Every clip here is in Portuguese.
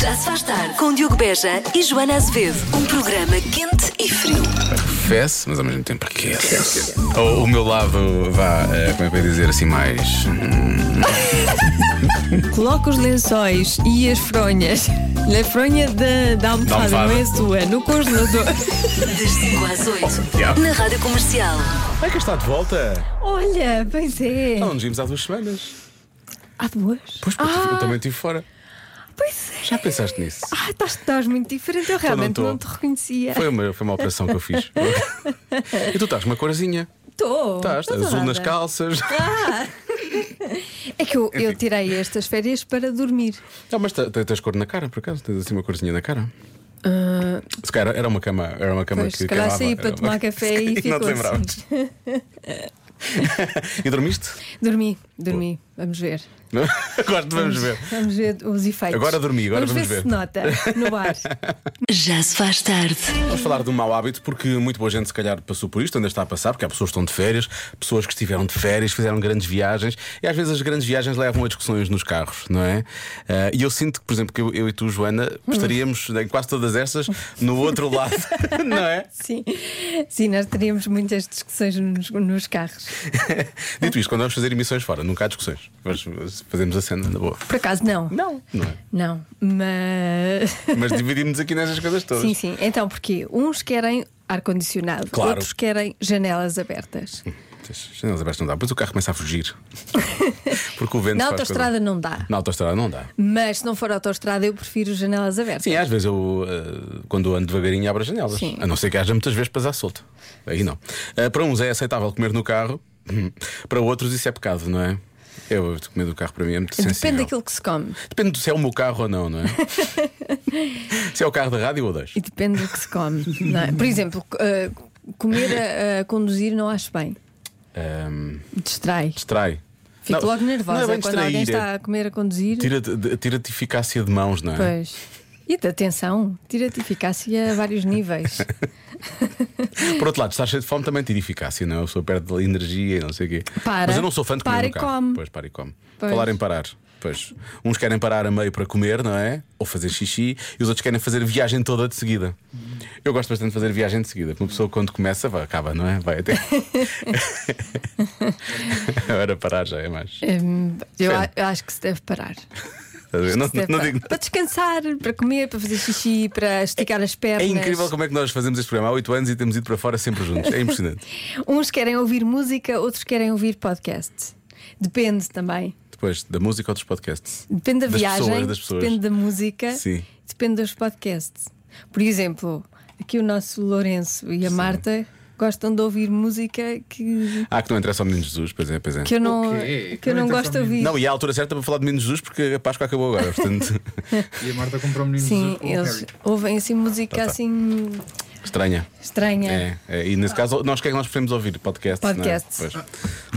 Já se faz tarde com Diogo Beja e Joana Azevedo. Um programa quente e frio. Fesse, mas ao mesmo tempo aquece. O, o meu lado, vá, eh, como é que eu ia dizer, assim mais. Coloca os lençóis e as fronhas na fronha da, da almofada, Da almofada. não é sua, no congelador. Das 5 às 8. Yeah. Na rádio comercial. Como é que está de volta? Olha, pois é. Não nos vimos há duas semanas. Há duas. Ah, Pois, porque eu também estive fora. Pois é. Já pensaste nisso? Ah, estás, estás muito diferente, eu realmente tô. não, te reconhecia. Então Foi uma, foi uma operação que eu fiz. e tu estás com uma corzinha. Estou. Estás, estou estás azul dourada. nas calças. Ah. É que eu, eu tirei estas férias para dormir. Não, mas te- te- tens cor na cara, por acaso? Tens assim uma corzinha na cara? Se calhar era uma cama, era uma cama Ah, Pois, Ah, que se calhar acabava, saí para era uma- tomar café e Não ficou te assim. lembravas. e dormiste? Dormi, dormi. Vamos ver. Não? Agora vamos ver. Vamos ver os efeitos. Agora dormi, agora vamos vamos ver. ver. se nota no ar. Já se faz tarde. Vamos falar de um mau hábito, porque muito boa gente se calhar passou por isto, ainda está a passar, porque há pessoas que estão de férias, pessoas que estiveram de férias, fizeram grandes viagens, e às vezes as grandes viagens levam a discussões nos carros, não é? Ah, e eu sinto que, por exemplo, que eu, eu e tu, Joana, estaríamos em quase todas estas no outro lado, não é? Sim. Sim, nós teríamos muitas discussões nos, nos carros. Dito isto, quando vamos fazer emissões fora, nunca há discussões. Mas mas fazemos a cena, na boa. Por acaso não. Não, não é? Não, mas. Mas dividimos aqui nessas coisas todas. sim, sim. Então, porquê? Uns querem ar-condicionado, Claro. outros querem janelas abertas. As janelas abertas não dá, depois o carro começa a fugir. Porque o vento Na faz coisa- autoestrada não dá. Na autostrada não dá. Mas se não for autoestrada, eu prefiro janelas abertas. Sim, é às vezes eu, eh, quando ando devagarinho, abro as janelas. Sim. A não ser que haja muitas vezes para à solto. Aí não. Eh, para uns é aceitável comer no carro, para outros isso é pecado, não é? Eu comer do carro para mim é muito Depende sensível. daquilo que se come Depende se é o meu carro ou não, não é? se é o carro da rádio ou dois. e depende do que se come. não é? Por exemplo, c- eh, comer a, a conduzir não acho bem. Ehm, Distrai. distrai. Fico Não, logo nervosa não é bem quando alguém distrair, é- está a comer a conduzir. Tira-te de- tira-te eficácia de mãos, não é? Pois. E de atenção, tira-te eficácia a vários níveis. Por outro lado, se estás cheio de fome também tira eficácia, não é? A pessoa perde ali energia e não sei o quê. Para. Mas eu não sou fã de comer Para no e carro. come. Pois, para e come. Pois. Falar em parar. Pois. Uns querem parar a meio para comer, não é? Ou fazer xixi, e os outros querem fazer viagem toda de seguida. Eu gosto bastante de fazer viagem de seguida, porque uma pessoa quando começa, vai, acaba, não é? Vai até. Agora parar já é mais. Hum, eu, Sim. a- eu acho que se deve parar. Não, não, Se deve não parar. digo É Para descansar, para comer, para fazer xixi, para esticar as É pernas. incrível como é que nós fazemos este programa há 8 anos e temos ido para fora sempre juntos. É impressionante. Uns querem ouvir música, outros querem ouvir podcast. Depende também. Depois, da música ou dos podcasts? Depende da Das viagem, pessoas, das pessoas. depende da música, Sim. depende dos podcasts. Por exemplo, aqui o nosso Lourenço e a Marta gostam de ouvir música que, Ah, que não interessa ao Menino Jesus, pois é, pois é. que eu não, quê? que eu não Não interessa gosto de ao ouvir. Não, e é a altura certa para falar de menos Jesus porque a Páscoa acabou agora, portanto, E a Marta comprou um menino Sim, Jesus com o eles Harry. ouvem assim música tá. assim estranha. estranha. É, é, e nesse caso, nós o que é que nós preferimos ouvir? Podcast. não é? Podcasts. Pois.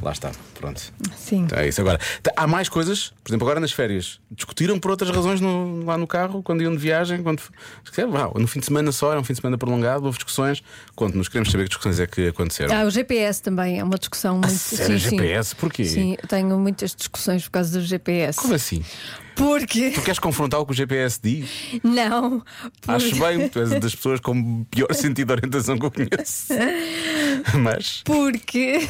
Lá está, pronto. Sim. Então é isso agora. Tá, Há mais coisas, por exemplo, agora nas férias. Discutiram por outras razões no- lá no carro, quando iam de viagem, quando. se calhar, vá, é, no fim de semana só, era um fim de semana prolongado, houve discussões. Conte-nos, queremos saber que discussões é que aconteceram. Ah, o GPS também é uma discussão muito. Ah, sério, GPS? Porquê? Sim, eu tenho muitas discussões por causa do GPS. Como assim? Porque. Tu queres confrontar o que o GPS diz? Não. Porque... Acho bem, tu és das pessoas com pior sentido de orientação que eu conheço. Mas. Porque.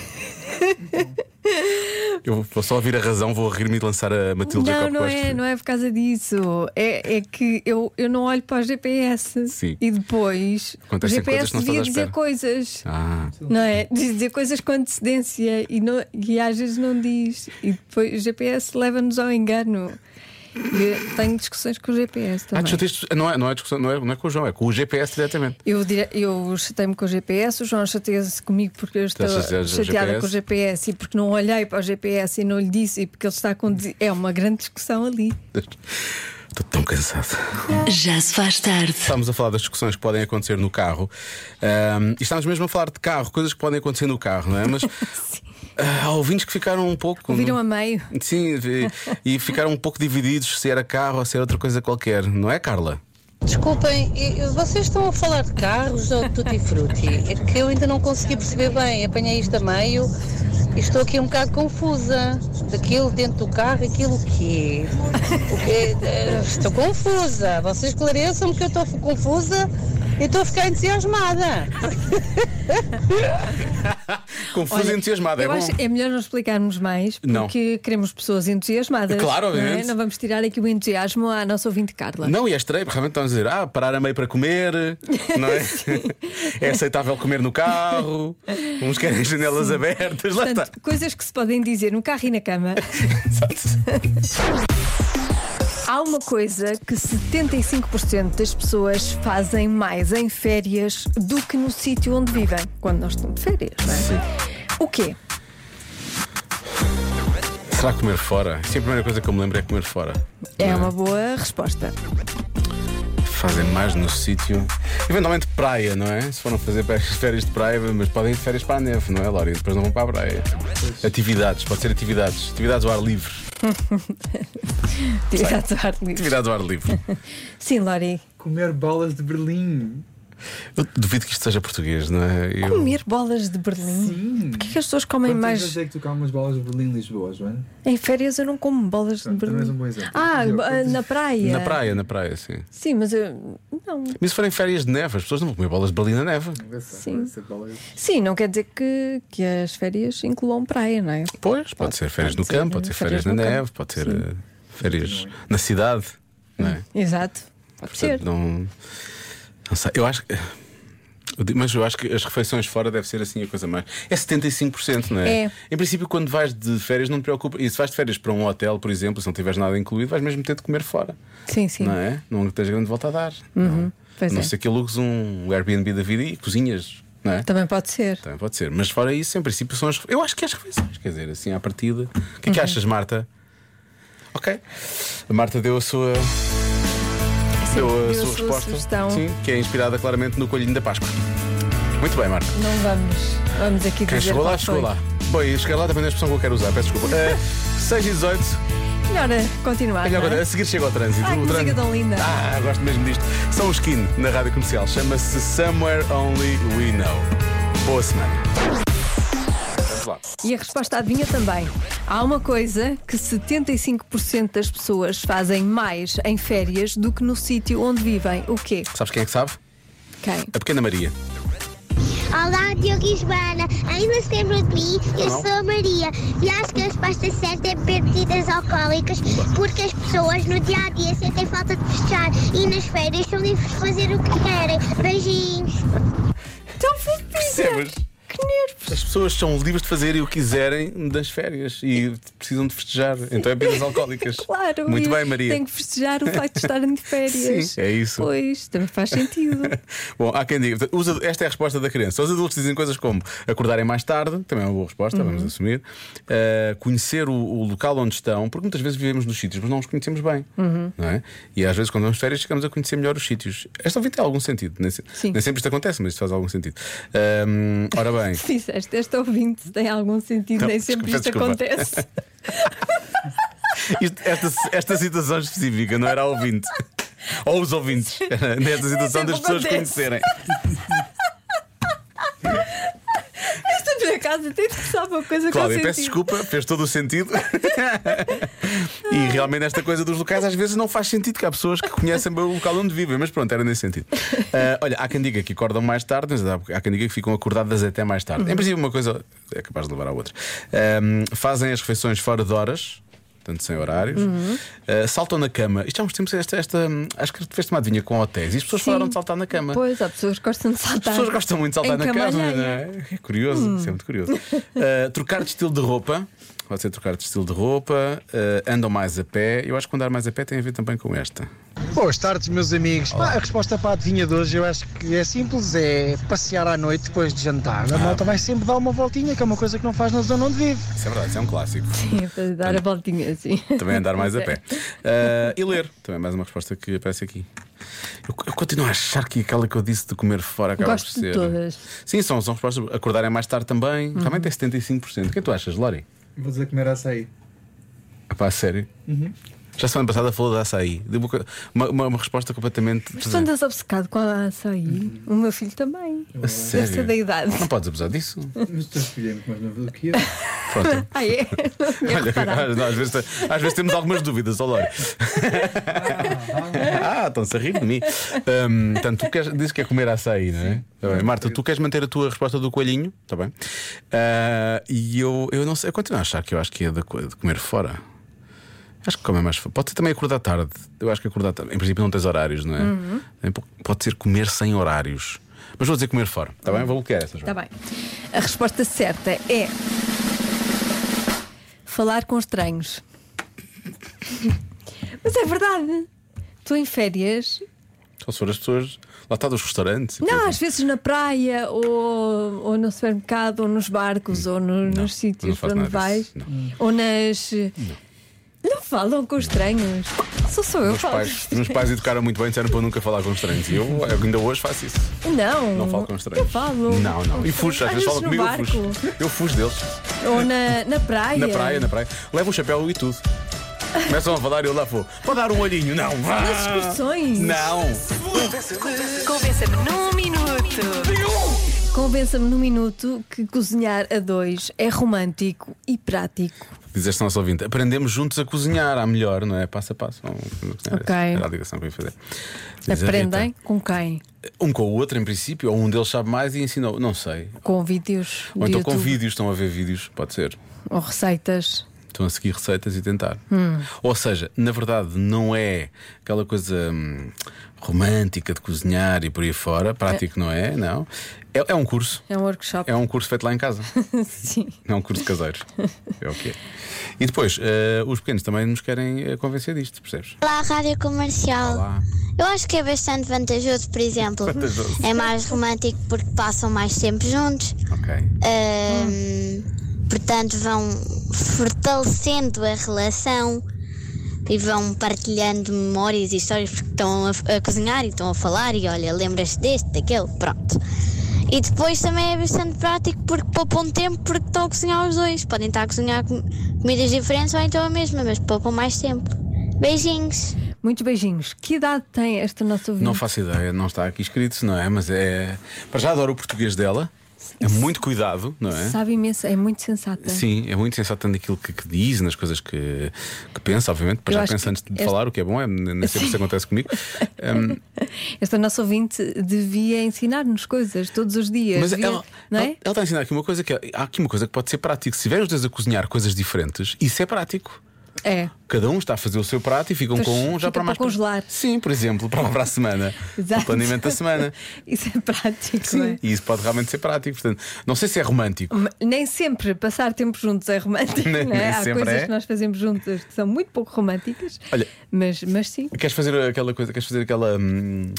Eu vou só ouvir a razão, vou rir-me e lançar a Matilde não, Jacob não Costa. é, não é por causa disso. É, é que eu, eu não olho para o GPS. Sim. E depois. Acontecem o GPS coisas que não estás devia à dizer espera. coisas. Ah, Não é? Diz dizer coisas com antecedência e, não, e às vezes não diz. E depois o GPS leva-nos ao engano. E eu tenho discussões com o GPS ah também. tu já tens- não, é, não é discussão, não é, não é com o João, é com o GPS diretamente. Eu, dire- eu chatei-me com o GPS, o João chateia-se comigo porque eu estou Estás chateado com o chateada GPS? com o GPS e porque não olhei para o GPS e não lhe disse e porque ele está a conduzir. É uma grande discussão ali. Uhum. Estou tão cansado. Já se faz tarde. Estamos a falar das discussões que podem acontecer no carro. Ahm, e estamos mesmo a falar de carro, coisas que podem acontecer no carro, não é? Mas ah, há ouvintes que ficaram um pouco. Ouviram a meio? Sim, e, e ficaram um pouco divididos se era carro ou se era outra coisa qualquer, não é, Carla? Desculpem, e- e vocês estão a falar de carros ou de tutti frutti? É que eu ainda não consegui perceber bem, apanhei isto a meio. E Estou aqui um bocado confusa. Daquilo dentro do carro, aquilo o quê? O quê? Eh, Estou confusa. Vocês esclareçam-me que eu estou confusa e estou a ficar entusiasmada. Confuso e entusiasmado, é eu bom. acho é melhor não explicarmos mais Não. porque queremos pessoas entusiasmadas. Claro, não é? obviamente. Não vamos tirar aqui o entusiasmo à nossa ouvinte Carla. Não, e é estranho, porque realmente estão a dizer, ah, parar a meio para comer, não é? é aceitável comer no carro, uns querem janelas abertas, lá está. Portanto, coisas que se podem dizer no carro e na cama. Há uma coisa que 75% das pessoas fazem mais em férias do que no sítio onde vivem, quando nós estamos de férias, não é? O quê? Será comer fora? Sim, a primeira coisa que eu me lembro é comer fora. É Não uma boa resposta. Fazem mais no sítio. Eventualmente praia, não é? Se foram fazer pe- férias de praia, mas podem ir de férias para a neve, não é, Laura? E depois não vão para a praia. Atividades, pode ser atividades. Atividades ao ar livre. Atividades ao ar livre. Atividades ao ar livre. Sim, Lori. Comer bolas de Berlim. Eu duvido que isto seja português, não é? Eu- Comer bolas de Berlim. Sim. Porquê que as pessoas comem Hum. Quantas vezes mais? é que tu comes umas bolas de Berlim em Lisboa, Joana? Em férias eu não como bolas de Pronto, Berlim. também és um bom exemplo. Ah, Eu- ah, na praia. Na praia, na praia, sim. Sim, mas eu. Não. Mas se forem férias de neve, as pessoas não vão comer bolas de Berlim na neve. Sim. Sim. Sim, não quer dizer que, que as férias incluam praia, não é? Pois, pode, ser férias no pode ser, campo, pode ser férias, no na campo. neve, pode ser eh, férias na cidade, não é? Exato. Pode ser. Portanto, não, não sei. Eu acho que. eu digo- Mas eu acho que as refeições fora deve ser assim a coisa mais. É 75%, não é? É. Em princípio, quando vais de férias, não te preocupa. E se vais de férias para um hotel, por exemplo, se não tiveres nada incluído, vais mesmo ter de comer fora. Sim, sim. Não é? Não tens grande volta a dar. não pois a não é. ser que alugues um Airbnb da vida e cozinhas, não é? Também pode ser. Também pode ser. Mas fora isso, em princípio, são as. Eu acho que é as refeições, quer dizer, assim, à partida. O que é que Uhum. achas, Marta? Ok. A Marta deu a sua. deu a sua deu é a sua resposta. sugestão. Sim, que é inspirada claramente no Coelhinho da Páscoa. Muito bem, Marta. Não vamos. Vamos aqui Quem dizer chegou lá, qual chegou foi. lá. Bom, e cheguei lá também na expressão que eu quero usar, peço desculpa. Eh, 6 e 18, Melhor a continuar. olha não é? agora, a seguir chega ao trânsito. Ai, O que música trânsito- tão linda. Ah, gosto mesmo disto. São os Skin na rádio comercial. Chama-se Somewhere Only We Know. Boa semana. Vamos lá. E a resposta adivinha também. Há uma coisa que 75% das pessoas fazem mais em férias do que no sítio onde vivem. O quê? Sabes quem é que sabe? Quem? A pequena Maria. Olá, Diogo e Joana. Ainda se lembram de mim? Eu sou a Maria. E acho que a resposta certa é beber bebidas alcoólicas porque as pessoas no dia a dia sentem falta de festejar e nas férias são livres de fazer o que querem. Beijinhos. Tão fofinha! Percebes? Que nervos! As pessoas são livres de fazerem o que quiserem das férias e precisam de festejar. Então é bebidas alcoólicas. Claro! Muito e bem, Maria. Tem que festejar o facto de estarem de férias. Sim, é isso. Pois, também faz sentido. Bom, há quem diga, portanto, os ad- esta é a resposta da criança. Os adultos dizem coisas como acordarem mais tarde, também é uma boa resposta, Uhum. vamos assumir, eh, conhecer o, o local onde estão, porque muitas vezes vivemos nos sítios, mas não os conhecemos bem. Uhum. Não é? E às vezes, quando vamos de férias, chegamos a conhecer melhor os sítios. Esta ouvinte tem algum sentido, nem, se- Sim. nem sempre isto acontece, mas isto faz algum sentido. Ahm, ora bem, Disseste, este ouvinte tem algum sentido, Não, nem sempre isto desculpa, acontece. isto- esta, esta situação específica não era a ouvinte. Ou os ouvintes, era nesta situação das sempre pessoas acontece. conhecerem. Esta por acaso até sabe uma coisa Cláudia, com peço sentido. desculpa, fez todo o sentido. e realmente esta coisa dos locais às vezes não faz sentido, que há pessoas que conhecem bem o local onde vivem, mas pronto, era nesse sentido. Ah, olha, há quem diga que acordam mais tarde, mas há há quem diga que ficam acordadas até mais tarde. Em princípio, uma coisa é capaz de levar à outra. Ahm, fazem as refeições fora de horas. Portanto, sem horários, Ah, saltam na cama. Isto há uns tempos, esta, esta, hum, acho que tu fez uma adivinha com hotéis e as pessoas Sim. falaram de saltar na cama. Pois, há pessoas que gostam de As saltar. pessoas gostam muito de saltar Tá. em Hum. na cama casa, não alheia. é? É curioso, isso é muito curioso. Uh, trocar de estilo de roupa, pode ser trocar de estilo de roupa, uh, andam mais a pé. Eu acho que andar mais a pé tem a ver também com esta. Boas tardes, meus amigos. Pá, a resposta para a adivinha de hoje eu acho que é simples: é passear à noite depois de jantar. A malta vai sempre dar uma voltinha, que é uma coisa que não faz na zona onde vive. Isso é verdade, isso é um clássico. Sim, para dar a voltinha assim. Também andar mais a pé. Uh, e ler, também é mais uma resposta que aparece aqui. Eu, eu continuo a achar que aquela que eu disse de comer fora acaba Gosto por ser. de todas. Uhum. Sim, são, são respostas. Acordarem mais tarde também. Realmente é 75%. O que é que tu achas, Lori? Vou dizer comer açaí. Epá, a sério? Uhum. Já semana passada falou de açaí. Deu uma co- Uma, uma, uma resposta completamente. Mas tu andas obcecado com a açaí? O meu filho também. Uhum. A Deve ser sério? da idade. Não podes abusar disso. Mas tu filhos muito mais novo do que eu. Pronto. Ah, é? Não tinha Olha, reparado. às, às vezes, às vezes temos algumas dúvidas, olha. ah, estão-se a rir de mim. Hum, portanto, tu queres, dizes que é comer açaí, não é? Tá bem. Marta, tu queres manter a tua resposta do coelhinho? Está bem. Ah, e eu, eu não sei, eu continuo a achar que eu acho que é de, co- de comer fora. Acho que comem mais fora. Pode ser também acordar tarde. Eu acho que acordar tarde. Em princípio, não tens horários, não é? Pode ser comer sem horários. Mas vou dizer comer fora, está bem? Vou bloquear essas. Está Tá bem. A resposta certa é. Falar com estranhos. Mas é verdade. Tu em férias. Só se for as pessoas. Lá está dos restaurantes. e Não, coisas. às vezes na praia ou, ou no supermercado ou nos barcos ou no- nos sítios faço para onde nada vais. disso, Ou nas. Não. falam com estranhos. Só sou eu que Meus falo. pais, meus pais educaram muito bem, disseram para eu nunca falar com estranhos. E eu, eu ainda hoje faço isso. Não. Não falo com estranhos. Eu falo. Não, não. E fujo, às vezes falam no comigo, eu barco. fujo. Eu fujo deles. Ou na, na praia. Na praia, na praia. Levo o chapéu e tudo. Começam a falar e eu lá vou. Pode dar um olhinho, não. vá. Nas excursões. Não. Convença-me num minuto. Convença-me num minuto que cozinhar a dois é romântico e prático. Diz este nosso ouvinte. Aprendemos juntos a cozinhar, à melhor, não é? Passo a passo. Vamos cozinhar. Ok. Era a ligação que eu ia fazer. Diz a Aprendem com quem? Rita, Um com o outro, em princípio, ou um deles sabe mais e ensinou. Não sei. Com vídeos Ou de então YouTube com vídeos, estão a ver vídeos, pode ser. ou receitas. Estão a seguir receitas e tentar. Ou seja, na verdade, não é aquela coisa hum, romântica de cozinhar e por aí fora, prático não é, não. É, é um curso. É um workshop. É um curso feito lá em casa, Sim. não é um curso de caseiros. É o que é. E depois, eh, os pequenos também nos querem eh, convencer disto, percebes? Olá, Rádio Comercial. Olá. Eu acho que é bastante vantajoso, por exemplo. Vantajoso. É mais romântico porque passam mais tempo juntos. Ok. Ahm, Portanto, vão fortalecendo a relação e vão partilhando memórias e histórias porque estão a, a cozinhar e estão a falar e olha, lembras-te deste, daquele, pronto. E depois também é bastante prático porque poupam tempo porque estão a cozinhar os dois. Podem estar a cozinhar com- comidas diferentes ou então a mesma, mas poupam mais tempo. Beijinhos! Muitos beijinhos. Que idade tem esta nossa ouvinte? Não faço ideia, não está aqui escrito, não é? Mas é. Para já adoro o português dela. É muito cuidado, não é? Sabe imenso, é muito sensata. Sim, é muito sensato tanto naquilo que, que diz, nas coisas que, que pensa, obviamente. Para Eu já acho pensa que antes de este- falar, o que é bom, é, nem sempre isso acontece comigo. Um, Esta nossa ouvinte devia ensinar-nos coisas todos os dias. mas devia- ela, não é? ela, ela está a ensinar aqui uma coisa que é, há aqui uma coisa que pode ser prático. Se tiverem os dois a cozinhar coisas diferentes, isso é prático. É. Cada um está a fazer o seu prato e ficam Pois, com um já fica para mais. para congelar. Sim, por exemplo, para, para a semana. Exato. O planeamento da semana. Isso é prático, não é? Sim. E isso pode realmente ser prático. Portanto, não sei se é romântico. Ma- Nem sempre passar tempo juntos é romântico, Nem- não é? nem Há sempre coisas é. que nós fazemos juntas que são muito pouco românticas, Olha- mas, mas sim. Queres fazer aquela coisa, queres fazer aquela. hum,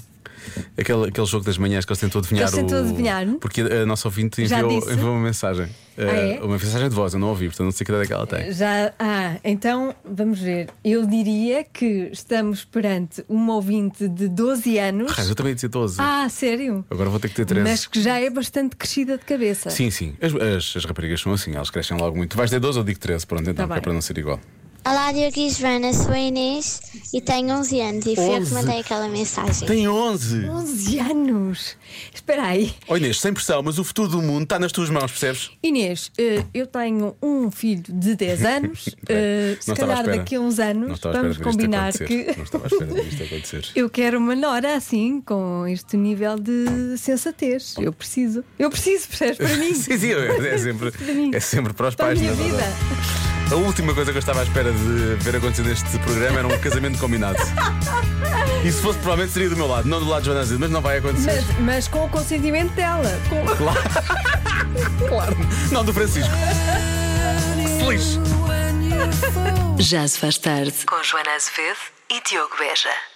aquele, aquele jogo das manhãs que eles tentou adivinhar. Que eles tentam o- adivinhar. Porque a nossa ouvinte Já enviou, disse? enviou uma mensagem. é? Uh, Uma mensagem de voz, eu não ouvi, portanto não sei que idade é que ela tem. Já, ah, então vamos ver. Eu diria que estamos perante uma ouvinte de 12 anos. Raios, eu também ia dizer 12. Ah, sério? Agora vou ter que ter 13. Mas que já é bastante crescida de cabeça. Sim, sim. As, as- as raparigas são assim, elas crescem logo muito. Tu vais ter 12 ou digo 13, pronto, então, Tá que é bem. para não ser igual. Olá, Diogo e Joana, sou a Inês e tenho 11 anos e fui eu que mandei aquela mensagem. Tem 11! 11 anos! Espera aí. Oh Inês, sem pressão, mas o futuro do mundo está nas tuas mãos, percebes? Inês, eh, eu tenho um filho de 10 anos. eh, se Não estava à calhar espera. daqui a uns Não anos estava à vamos espera de ver isto combinar acontecer. que. Não estava à espera de isto acontecer. Eu quero uma nora assim, com este nível de sensatez. Eu preciso. Eu preciso, percebes? Para mim. Sim, sim, é sempre, é sempre para os Para a pais, minha na vida. verdade. A última coisa que eu estava à espera de ver acontecer neste programa era um casamento combinado. E se fosse, provavelmente seria do meu lado, não do lado de Joana Azevedo, mas não vai acontecer. Mas, mas com o consentimento dela. Com- Não do Francisco. Que se lixe. Já se faz tarde com Joana Azevedo e Diogo Beja.